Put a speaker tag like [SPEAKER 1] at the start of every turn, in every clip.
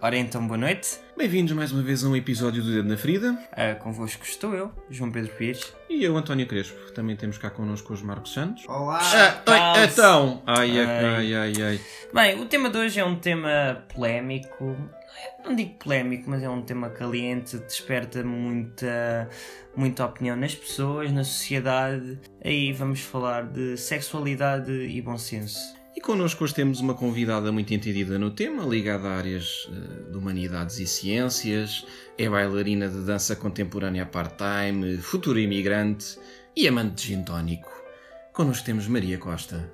[SPEAKER 1] Ora então, boa noite.
[SPEAKER 2] Bem-vindos mais uma vez a um episódio do Dedo na Ferida.
[SPEAKER 1] Ah, convosco estou eu, João Pedro Pires.
[SPEAKER 2] E eu, António Crespo. Também temos cá connosco os Marcos Santos.
[SPEAKER 3] Olá!
[SPEAKER 2] Ah, ai,
[SPEAKER 1] Calce.
[SPEAKER 2] então! Ai,
[SPEAKER 1] Ai.
[SPEAKER 2] ai, ai, ai, ai.
[SPEAKER 1] Bem, o tema de hoje é um tema polémico. Não digo polémico, mas é um tema caliente, desperta muita, muita opinião nas pessoas, na sociedade. Aí vamos falar de sexualidade e bom senso.
[SPEAKER 2] E connosco hoje temos uma convidada muito entendida no tema, ligada a áreas eh, de humanidades e ciências, é bailarina de dança contemporânea part-time, futura imigrante e amante de gin tónico. Connosco temos Maria Costa.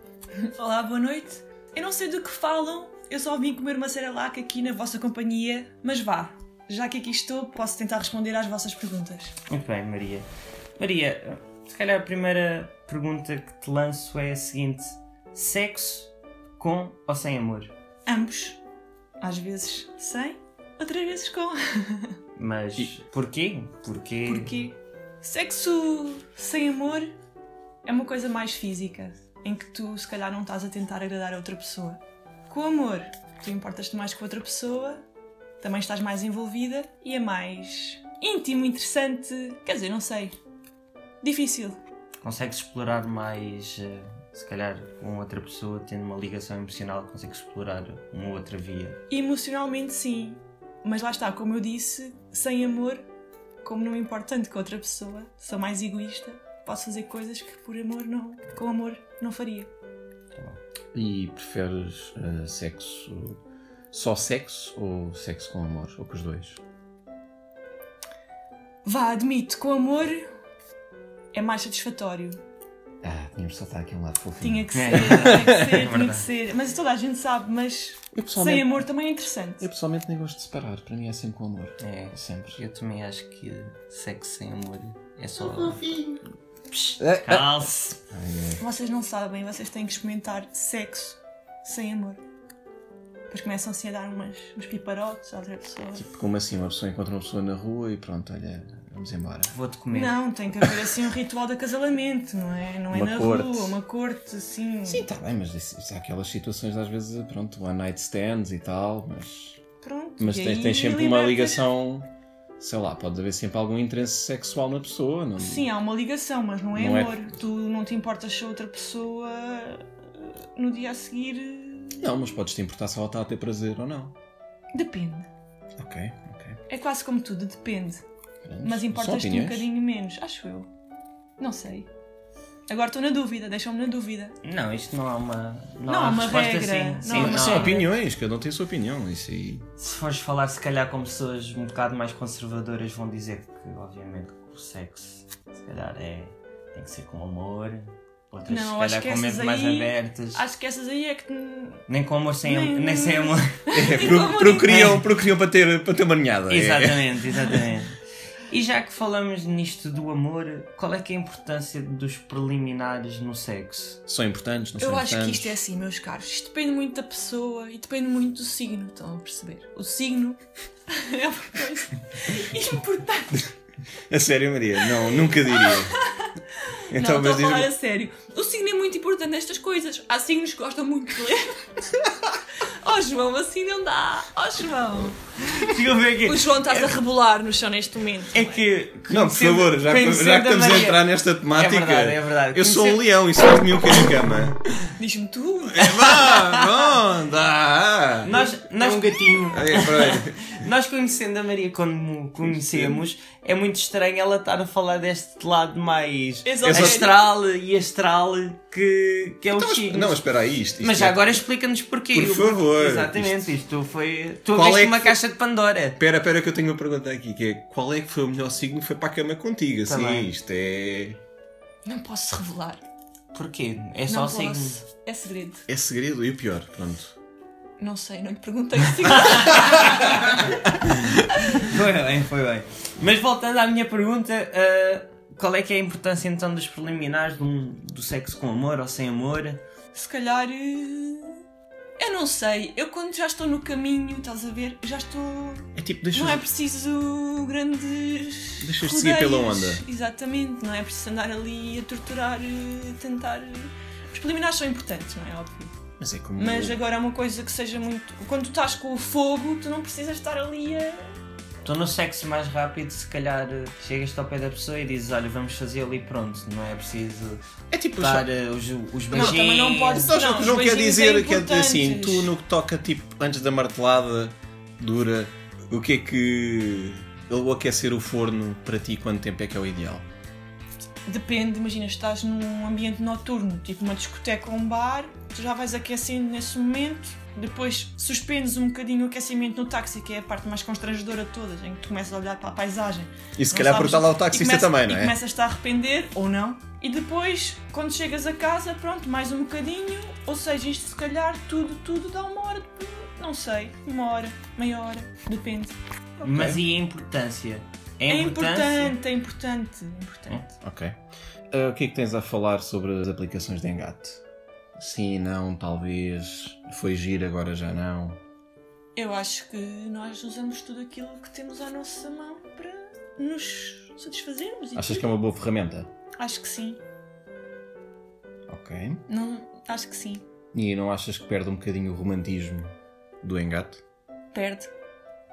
[SPEAKER 4] Olá, boa noite. Eu não sei do que falam, eu só vim comer uma cerelaca aqui na vossa companhia, mas vá, já que aqui estou, posso tentar responder às vossas perguntas.
[SPEAKER 1] Muito bem, Maria. Maria, se calhar a primeira pergunta que te lanço é a seguinte: sexo com ou sem amor?
[SPEAKER 4] Ambos. Às vezes sem, outras vezes com.
[SPEAKER 1] Mas
[SPEAKER 2] E-
[SPEAKER 1] porquê? Porquê?
[SPEAKER 4] Porque sexo sem amor é uma coisa mais física, em que tu se calhar não estás a tentar agradar a outra pessoa. Com amor, tu importas-te mais com a outra pessoa, também estás mais envolvida e é mais íntimo, interessante, quer dizer, não sei. Difícil.
[SPEAKER 1] consegues explorar mais, eh, se calhar com outra pessoa, tendo uma ligação emocional, consegues explorar uma outra via.
[SPEAKER 4] Emocionalmente, sim. Mas lá está, como eu disse, sem amor, como não me importa tanto com outra pessoa, sou mais egoísta, posso fazer coisas que por amor não, com amor não faria.
[SPEAKER 2] E preferes eh, sexo. só sexo ou sexo com amor? Ou com os dois?
[SPEAKER 4] Vá, admito, com amor é mais satisfatório.
[SPEAKER 2] Ah, tínhamos de soltar aqui um lado fofinho.
[SPEAKER 4] Tinha que
[SPEAKER 1] É, é
[SPEAKER 4] ser, tinha que
[SPEAKER 1] verdade.
[SPEAKER 4] ser, tinha que ser. Mas toda a gente sabe, mas
[SPEAKER 2] Eu
[SPEAKER 4] sem
[SPEAKER 2] pessoalmente,
[SPEAKER 4] amor também é interessante.
[SPEAKER 2] eu pessoalmente nem gosto de separar, para mim é sempre com amor.
[SPEAKER 1] É,
[SPEAKER 2] Sempre.
[SPEAKER 1] eu também acho que sexo sem amor é só. É,
[SPEAKER 2] Ah, ah.
[SPEAKER 1] Calce!
[SPEAKER 4] Vocês não sabem, vocês têm que experimentar sexo sem amor. Depois começam-se a dar umas, uns piparotes à outra pessoa.
[SPEAKER 2] Tipo, como assim? Uma pessoa encontra uma pessoa na rua e pronto, olha, vamos embora.
[SPEAKER 1] Vou-te comer.
[SPEAKER 4] Não, tem que haver assim um ritual de acasalamento, não é? Não é
[SPEAKER 2] Uma
[SPEAKER 4] na
[SPEAKER 2] corte.
[SPEAKER 4] rua, uma corte, assim.
[SPEAKER 2] Sim, está bem, mas isso, isso há aquelas situações às vezes, pronto, one night stands e tal, mas.
[SPEAKER 4] Pronto.
[SPEAKER 2] Mas
[SPEAKER 4] e
[SPEAKER 2] tens,
[SPEAKER 4] aí
[SPEAKER 2] tens sempre uma
[SPEAKER 4] libertas.
[SPEAKER 2] ligação, sei lá, pode haver sempre algum interesse sexual na pessoa, não?
[SPEAKER 4] Sim, há uma ligação, mas não é
[SPEAKER 2] Não é-
[SPEAKER 4] amor. Tu não te importas se a outra pessoa eh, no dia a seguir. eh,
[SPEAKER 2] Não, mas podes te importar se ela está a ter prazer ou não.
[SPEAKER 4] Depende.
[SPEAKER 2] Ok, ok.
[SPEAKER 4] É quase como tudo, depende.
[SPEAKER 2] Pronto.
[SPEAKER 4] Mas
[SPEAKER 2] São
[SPEAKER 4] importas-te um
[SPEAKER 2] opiniões.
[SPEAKER 4] bocadinho menos, acho eu. Não sei. Agora estou na dúvida, deixam-me na dúvida.
[SPEAKER 1] Não, isto não há uma. Não,
[SPEAKER 4] Não
[SPEAKER 1] há
[SPEAKER 4] há uma
[SPEAKER 1] resposta
[SPEAKER 4] regra,
[SPEAKER 1] assim.
[SPEAKER 4] não é?
[SPEAKER 1] Sim,
[SPEAKER 4] há
[SPEAKER 1] não
[SPEAKER 4] uma
[SPEAKER 1] há-
[SPEAKER 2] São
[SPEAKER 4] regra.
[SPEAKER 2] opiniões, cada um tem a sua opinião, isso aí.
[SPEAKER 1] Se fores falar, se calhar, com pessoas um bocado mais conservadoras, vão dizer que, obviamente, que o sexo, se calhar, é. tem que ser com amor. Outras,
[SPEAKER 4] Não,
[SPEAKER 1] se
[SPEAKER 4] acho
[SPEAKER 1] calhar,
[SPEAKER 4] que
[SPEAKER 1] com
[SPEAKER 4] essas
[SPEAKER 1] mentes mais
[SPEAKER 4] aí-
[SPEAKER 1] abertas.
[SPEAKER 4] Acho que essas aí é que. hum,
[SPEAKER 1] Nem com amor, sem,
[SPEAKER 4] Nem-
[SPEAKER 1] nem sem amor.
[SPEAKER 2] É,
[SPEAKER 4] pro- como
[SPEAKER 2] procriam,
[SPEAKER 1] procriam-
[SPEAKER 2] para ter, para ter uma ninhada. é.
[SPEAKER 1] Exatamente, exatamente. E já que falamos nisto do amor, qual é que é a importância dos preliminares no sexo?
[SPEAKER 2] São importantes, não são
[SPEAKER 4] Eu acho que
[SPEAKER 2] importantes.
[SPEAKER 4] isto é assim, meus caros. Isto depende muito da pessoa e depende muito do signo, estão a perceber? O signo é uma coisa importante.
[SPEAKER 2] A sério, Maria? Não, nunca diria.
[SPEAKER 1] Então,
[SPEAKER 2] Então,
[SPEAKER 4] Não, estou a
[SPEAKER 2] diz-me-
[SPEAKER 4] falar a sério. O signo é muito importante nestas coisas. Há signos que gostam muito de ler. Oh João, assim não dá. Oh João.
[SPEAKER 1] Fica a ver
[SPEAKER 4] O
[SPEAKER 1] aqui.
[SPEAKER 4] João estás a rebolar no chão neste momento.
[SPEAKER 1] É que.
[SPEAKER 2] Não, por
[SPEAKER 1] conhecendo-
[SPEAKER 2] favor, já, que- já
[SPEAKER 1] conhecendo
[SPEAKER 2] que estamos a
[SPEAKER 1] Maria-
[SPEAKER 2] entrar nesta
[SPEAKER 1] É
[SPEAKER 2] temática.
[SPEAKER 1] verdade, é verdade.
[SPEAKER 2] Eu sou um
[SPEAKER 1] Conhecendo-
[SPEAKER 2] leão e sou nenhum caricama.
[SPEAKER 4] Diz-me tu.
[SPEAKER 1] É.
[SPEAKER 2] Vá, bom, dá.
[SPEAKER 1] Nós, nós, um gatinho.
[SPEAKER 2] É, peraí.
[SPEAKER 1] Nós conhecendo a Maria como conhecemos, é muito estranho ela estar a falar deste lado mais
[SPEAKER 4] Esotérico.
[SPEAKER 1] astral e astral que, que é o
[SPEAKER 2] Então, mas-
[SPEAKER 1] signo.
[SPEAKER 2] não, mas espera aí, isto. isto
[SPEAKER 1] Mas já
[SPEAKER 2] é-
[SPEAKER 1] agora explica-nos porquê.
[SPEAKER 2] Por
[SPEAKER 1] Eu-
[SPEAKER 2] favor.
[SPEAKER 1] Exatamente, isto foi. Tu
[SPEAKER 2] Qual
[SPEAKER 1] abriste
[SPEAKER 2] é que
[SPEAKER 1] uma
[SPEAKER 2] foi-
[SPEAKER 1] caixa de Pandora.
[SPEAKER 2] Espera, espera, que eu tenho uma pergunta aqui: que é qual é que foi o melhor signo que foi para a cama contigo?
[SPEAKER 1] Tá
[SPEAKER 2] Assim,
[SPEAKER 1] bem.
[SPEAKER 2] isto é.
[SPEAKER 4] Não posso revelar.
[SPEAKER 1] Porquê? É só
[SPEAKER 4] Não
[SPEAKER 1] o signo.
[SPEAKER 4] posso. É segredo.
[SPEAKER 2] É segredo e o pior, pronto.
[SPEAKER 4] Não sei, não lhe perguntei o signo.
[SPEAKER 1] Foi bem, foi bem. Mas voltando à minha pergunta, ah, qual é que é a importância então dos preliminares de um- do sexo com amor ou sem amor?
[SPEAKER 4] se calhar. eh, Eu não sei, eu quando já estou no caminho, estás a ver? Já estou.
[SPEAKER 2] É tipo, deixa
[SPEAKER 4] Não é preciso grandes.
[SPEAKER 2] Deixas de seguir
[SPEAKER 4] rodeios.
[SPEAKER 2] pela onda.
[SPEAKER 4] Exatamente, não é preciso andar ali a torturar, eh, tentar. eh, Os preliminares são importantes, não é? Óbvio.
[SPEAKER 2] Mas é como.
[SPEAKER 4] Mas agora é uma coisa que seja muito. Quando tu estás com o fogo, tu não precisas estar ali a.
[SPEAKER 1] Estou no sexo mais rápido, se calhar eh, chegas-te ao pé da pessoa e dizes: Olha, vamos fazer ali pronto, não é preciso
[SPEAKER 2] É tipo.
[SPEAKER 1] dar eh, os, os beijinhos.
[SPEAKER 4] também não pode-
[SPEAKER 2] Não,
[SPEAKER 4] Não,
[SPEAKER 2] não,
[SPEAKER 4] os
[SPEAKER 2] não Então, quer
[SPEAKER 4] beijinhos
[SPEAKER 2] dizer
[SPEAKER 4] é
[SPEAKER 2] que é dizer assim,
[SPEAKER 4] importantes.
[SPEAKER 2] tu no que toca tipo antes da martelada dura, o que é que ele aquecer o forno para ti quanto tempo é que é o ideal?
[SPEAKER 4] Depende, imagina, estás num ambiente noturno, tipo uma discoteca ou um bar, tu já vais aquecendo nesse momento, depois suspendes um bocadinho o aquecimento no táxi, que é a parte mais constrangedora de todas, em que tu começas a olhar para a paisagem.
[SPEAKER 2] E se
[SPEAKER 4] Não
[SPEAKER 2] calhar por
[SPEAKER 4] sabes-
[SPEAKER 2] estar lá o
[SPEAKER 4] e
[SPEAKER 2] taxista
[SPEAKER 4] começa-
[SPEAKER 2] também, não
[SPEAKER 4] E
[SPEAKER 2] é?
[SPEAKER 4] começas-te a arrepender, ou não. E depois, quando chegas a casa, pronto, mais um bocadinho, ou seja, isto se calhar tudo, tudo dá uma hora, de- não sei, uma hora, meia hora, depende.
[SPEAKER 1] Mas e a importância?
[SPEAKER 4] É,
[SPEAKER 1] A importância-
[SPEAKER 4] importante, é importante, é importante.
[SPEAKER 2] Ok. Ah, o que é que tens a falar sobre as aplicações de engate? Sim, não, talvez. Foi giro, agora já não.
[SPEAKER 4] Eu acho que nós usamos tudo aquilo que temos à nossa mão para nos satisfazermos. E
[SPEAKER 2] Achas que é
[SPEAKER 4] tudo.
[SPEAKER 2] uma boa ferramenta?
[SPEAKER 4] Acho que sim.
[SPEAKER 2] Ok.
[SPEAKER 4] Não, acho que sim.
[SPEAKER 2] E não achas que perde um bocadinho o romantismo do engate?
[SPEAKER 4] Perde.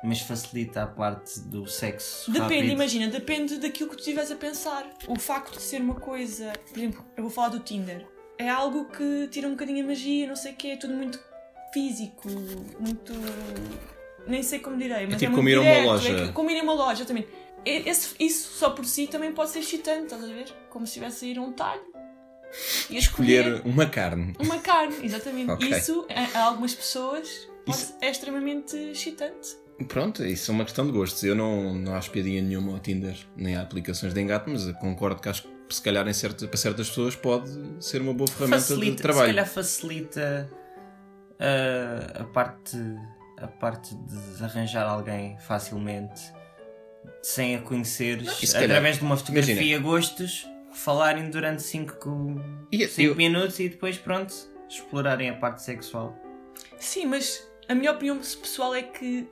[SPEAKER 1] Mas facilita a parte do sexo.
[SPEAKER 4] Depende,
[SPEAKER 1] rápido.
[SPEAKER 4] imagina, depende daquilo que tu estiveres a pensar. O facto de ser uma coisa, por exemplo, eu vou falar do Tinder. É algo que tira um bocadinho a magia, não sei o quê, é tudo muito físico, muito. Nem sei como direi, mas é,
[SPEAKER 2] tipo
[SPEAKER 4] muito
[SPEAKER 2] como ir a uma
[SPEAKER 4] direto,
[SPEAKER 2] loja.
[SPEAKER 4] É que- como ir a uma loja, exatamente. E- esse- isso só por si também pode ser excitante, estás a ver? Como se estivesse a ir a um talho. E a
[SPEAKER 2] Escolher uma carne.
[SPEAKER 4] uma carne, exatamente.
[SPEAKER 2] Ok.
[SPEAKER 4] Isso, a, a algumas pessoas, pode-
[SPEAKER 2] Isso-
[SPEAKER 4] é extremamente excitante.
[SPEAKER 2] Pronto, isso é uma questão de gostos. Eu não, não acho piadinha nenhuma ao Tinder, nem a aplicações de engate, mas eu concordo que acho que se calhar em certa- para certas pessoas pode ser uma boa ferramenta
[SPEAKER 1] facilita,
[SPEAKER 2] de trabalho.
[SPEAKER 1] Se calhar facilita ah, a parte a parte de arranjar alguém facilmente sem a conheceres
[SPEAKER 2] Não, e se calhar-
[SPEAKER 1] através de uma fotografia
[SPEAKER 2] imagina.
[SPEAKER 1] gostos falarem durante 5
[SPEAKER 2] E- eu-
[SPEAKER 1] minutos e depois pronto explorarem a parte sexual
[SPEAKER 4] Sim, mas a minha opinião pessoal é que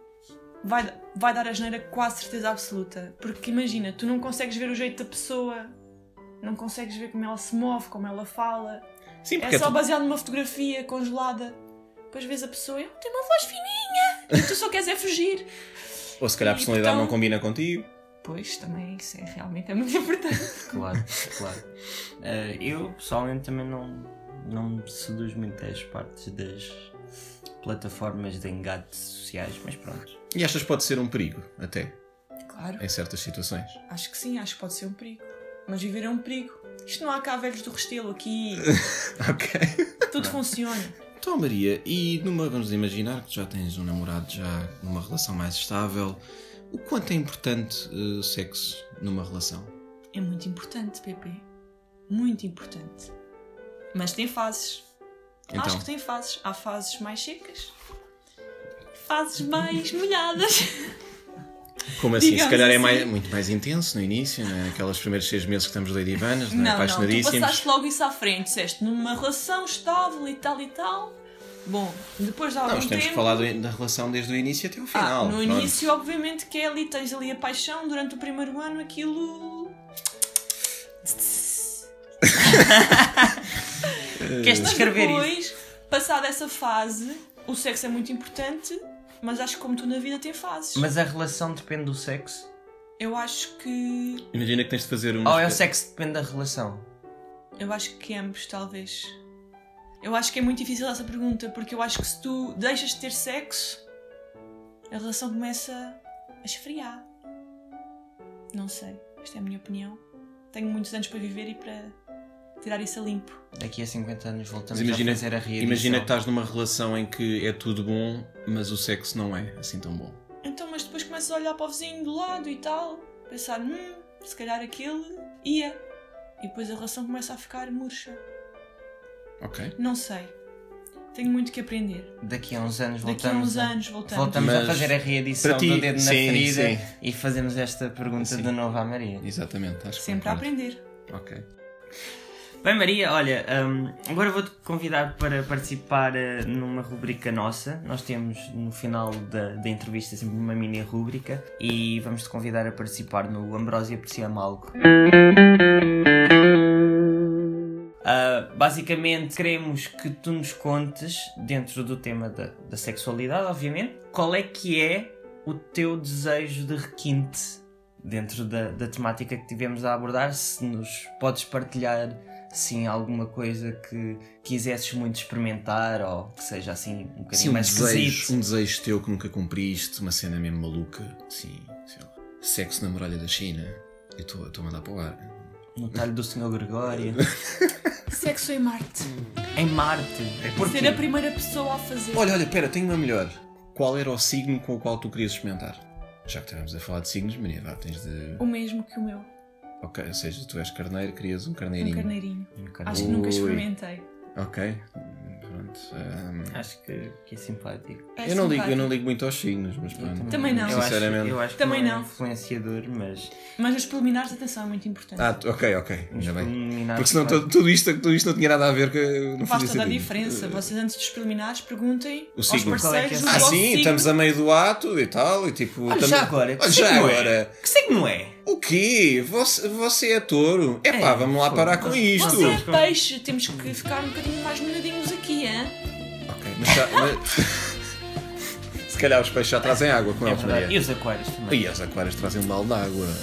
[SPEAKER 4] vai, vai dar a geneira quase certeza absoluta. Porque imagina, tu não consegues ver o jeito da pessoa, não consegues ver como ela se move, como ela fala.
[SPEAKER 2] Sim, porque
[SPEAKER 4] É
[SPEAKER 2] é
[SPEAKER 4] só
[SPEAKER 2] tudo-
[SPEAKER 4] baseado numa fotografia congelada. Depois vês a pessoa e "Ah, tem uma voz fininha! E tu só queres é fugir.
[SPEAKER 2] ou se calhar a
[SPEAKER 4] e,
[SPEAKER 2] personalidade
[SPEAKER 4] portanto-
[SPEAKER 2] não combina contigo.
[SPEAKER 4] Pois, também isso é realmente é muito importante.
[SPEAKER 1] claro claro Ah, eu pessoalmente também não não me seduz muito as partes das plataformas de engate sociais mas pronto
[SPEAKER 2] E achas que pode ser um perigo, até,
[SPEAKER 4] Claro.
[SPEAKER 2] em certas situações.
[SPEAKER 4] Acho que sim, acho que pode ser um perigo. Mas viver é um perigo. Isto não há cá velhos do Restelo aqui,
[SPEAKER 2] Ok.
[SPEAKER 4] tudo funciona.
[SPEAKER 2] Então, Maria, e numa, vamos imaginar que tu já tens um namorado já numa relação mais estável, o quanto é importante eh, o sexo numa relação?
[SPEAKER 4] É muito importante, Pepe. Muito importante. Mas tem fases. Acho
[SPEAKER 2] Então,
[SPEAKER 4] que tem fases. Há fases mais secas, fases mais molhadas.
[SPEAKER 2] como assim? Se
[SPEAKER 4] digamos
[SPEAKER 2] calhar é
[SPEAKER 4] assim.
[SPEAKER 2] mais- muito mais intenso no início, não é? Aquelas primeiros seis meses que estamos leidivanas, não é?
[SPEAKER 4] Não, não, tu
[SPEAKER 2] apaixonadíssimos.
[SPEAKER 4] passaste logo isso à frente. Disseste numa relação estável e tal e tal. Bom, depois de algum
[SPEAKER 2] Nós temos
[SPEAKER 4] um tempo...
[SPEAKER 2] que falar do- da relação desde o início até o final.
[SPEAKER 4] Ah, no
[SPEAKER 2] pronto.
[SPEAKER 4] início, obviamente, que é ali, tens ali a paixão, durante o primeiro ano aquilo.
[SPEAKER 2] Eh,
[SPEAKER 1] queres
[SPEAKER 4] Mas
[SPEAKER 1] descrever isso?
[SPEAKER 4] depois, passada essa fase, o sexo é muito importante, mas acho que como tu na vida tem fases.
[SPEAKER 1] Mas a relação depende do sexo?
[SPEAKER 4] Eu acho que.
[SPEAKER 2] Imagina que tens de fazer um.
[SPEAKER 1] Ou é o sexo que depende da relação?
[SPEAKER 4] Eu acho que ambos, talvez. Eu acho que é muito difícil essa pergunta, porque eu acho que se tu deixas de ter sexo, a relação começa a esfriar. Não sei. Esta é a minha opinião. Tenho muitos anos para viver e para tirar isso a limpo.
[SPEAKER 1] Daqui a 50 anos voltamos
[SPEAKER 2] Mas imagina-
[SPEAKER 1] a fazer a reedição.
[SPEAKER 2] Imagina que tá- estás numa relação em que é tudo bom, mas o sexo não é assim tão bom.
[SPEAKER 4] Então, mas depois começas a olhar para o vizinho do lado e tal, pensar, hum, se calhar aquele ia. E depois a relação começa a ficar murcha.
[SPEAKER 2] Ok.
[SPEAKER 4] Não sei. Tenho muito que aprender.
[SPEAKER 1] Daqui a uns anos
[SPEAKER 4] Daqui a
[SPEAKER 1] voltamos.
[SPEAKER 4] uns anos voltamos.
[SPEAKER 1] Voltamos
[SPEAKER 2] Mas
[SPEAKER 1] a fazer a reedição
[SPEAKER 2] para ti,
[SPEAKER 1] do dedo na
[SPEAKER 2] sim,
[SPEAKER 1] ferida
[SPEAKER 2] sim.
[SPEAKER 1] e fazemos esta pergunta
[SPEAKER 2] Sim.
[SPEAKER 1] de novo à Maria.
[SPEAKER 2] Exatamente. Acho que
[SPEAKER 4] Sempre a
[SPEAKER 2] concordo.
[SPEAKER 4] aprender.
[SPEAKER 1] Um
[SPEAKER 2] Ok. Assim,
[SPEAKER 1] Bem, Maria, olha, hum, agora vou-te convidar para participar eh, numa rubrica nossa. Nós temos no final da, da entrevista sempre uma mini rubrica e vamos-te convidar a participar no Ambrósia Aprecia-me Algo. Ah, basicamente, queremos que tu nos contes, dentro do tema da, da sexualidade, obviamente, qual é que é o teu desejo de requinte dentro da, da temática que tivemos a abordar. Se nos podes partilhar, sim, alguma coisa que quisesses muito experimentar ou que seja assim um bocadinho
[SPEAKER 2] Sim, um
[SPEAKER 1] mais
[SPEAKER 2] desejo,
[SPEAKER 1] esquisito.
[SPEAKER 2] um desejo teu que nunca cumpriste, uma cena mesmo maluca, sim, sei lá. Sexo na muralha da China. Eu estou a mandar para o ar.
[SPEAKER 1] No talho do Senhor Gregório.
[SPEAKER 4] Sexo em Marte.
[SPEAKER 1] em Marte. Porquê?
[SPEAKER 4] Ser a primeira pessoa a fazer.
[SPEAKER 2] Olha, olha, pera, tenho uma melhor. Qual era o signo com o qual tu querias experimentar? Já que estávamos a falar de signos, Maria, vá, tens de.
[SPEAKER 4] O mesmo que o meu.
[SPEAKER 2] Ok, ou seja, tu és carneiro, querias um
[SPEAKER 4] Um
[SPEAKER 2] carneirinho.
[SPEAKER 4] carneirinho.
[SPEAKER 1] Um bocado.
[SPEAKER 4] Acho que nunca
[SPEAKER 2] Ui.
[SPEAKER 4] experimentei.
[SPEAKER 2] Ok. hum, Pronto. hum,
[SPEAKER 1] Acho que, que é simpático.
[SPEAKER 4] É
[SPEAKER 2] eu, não ligo, eu
[SPEAKER 4] simpático.
[SPEAKER 2] não ligo muito aos signos, mas pronto.
[SPEAKER 4] Também não.
[SPEAKER 1] Eu acho-
[SPEAKER 2] Sinceramente.
[SPEAKER 1] eu acho que
[SPEAKER 4] Também
[SPEAKER 1] é
[SPEAKER 4] não.
[SPEAKER 1] influenciador, mas.
[SPEAKER 4] Mas os preliminares, atenção, é muito importante.
[SPEAKER 2] Ah, tu- ok, ok.
[SPEAKER 1] mas
[SPEAKER 2] Ainda bem.
[SPEAKER 4] é
[SPEAKER 1] preliminar-
[SPEAKER 2] Porque senão tudo, tudo isto, tudo isto não tinha nada a ver com. Não
[SPEAKER 4] Faz
[SPEAKER 2] fazia
[SPEAKER 4] toda a
[SPEAKER 2] sentido.
[SPEAKER 4] diferença. Vocês antes dos preliminares perguntem
[SPEAKER 2] Uh. O
[SPEAKER 4] aos
[SPEAKER 2] signo.
[SPEAKER 4] parceiros
[SPEAKER 1] Qual é que é?
[SPEAKER 4] do
[SPEAKER 2] Ah,
[SPEAKER 4] vosso
[SPEAKER 2] sim,
[SPEAKER 4] signo.
[SPEAKER 2] estamos a meio do ato e tal, e tipo.
[SPEAKER 1] Olha,
[SPEAKER 2] estamos-
[SPEAKER 1] Ah, já agora. Que
[SPEAKER 2] Olha, já
[SPEAKER 1] signo é?
[SPEAKER 2] agora.
[SPEAKER 1] Que signo é?
[SPEAKER 2] O quê? Você, você é touro? É pá,
[SPEAKER 1] É,
[SPEAKER 2] vamos lá
[SPEAKER 1] foi.
[SPEAKER 2] parar com isto.
[SPEAKER 4] Você é peixe, temos que ficar um bocadinho mais molhadinhos aqui, hein?
[SPEAKER 2] Ok, mas, já, mas- Se calhar os peixes já trazem água com
[SPEAKER 1] É
[SPEAKER 2] eles,
[SPEAKER 1] verdade. E
[SPEAKER 2] Maria.
[SPEAKER 1] os aquários também.
[SPEAKER 2] E as aquárias trazem um mal de água.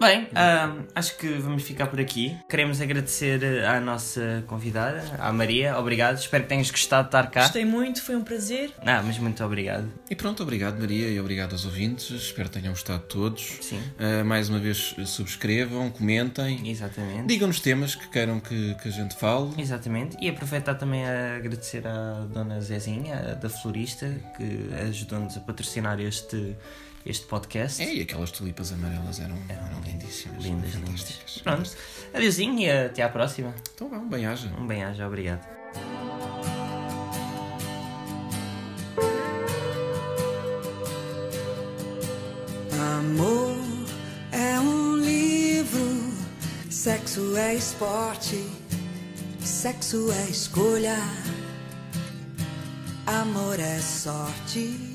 [SPEAKER 1] Bem, ahm, acho que vamos ficar por aqui. Queremos agradecer eh, à nossa convidada, à Maria. Obrigado. Espero que tenhas gostado de estar cá.
[SPEAKER 4] Gostei muito, foi um prazer.
[SPEAKER 1] Ah, mas muito obrigado.
[SPEAKER 2] E pronto, obrigado Maria e obrigado aos ouvintes. Espero que tenham gostado todos.
[SPEAKER 1] Sim.
[SPEAKER 2] Ah, mais uma vez, subscrevam, comentem.
[SPEAKER 1] Exatamente.
[SPEAKER 2] Digam-nos temas que queiram que, que a gente fale.
[SPEAKER 1] Exatamente, e aproveitar também a agradecer à Dona Zezinha, a- da florista, que ajudou-nos a patrocinar este, este podcast.
[SPEAKER 2] É, e aquelas tulipas amarelas eram, eram lindíssimas.
[SPEAKER 1] Lindas,
[SPEAKER 2] fantásticas.
[SPEAKER 1] lindas. Pronto, adeusinho e até à próxima.
[SPEAKER 2] Então vá, um bem-aja.
[SPEAKER 1] Um bem-aja, obrigado.
[SPEAKER 3] Amor é um livro, sexo é esporte, sexo é escolha, amor é sorte.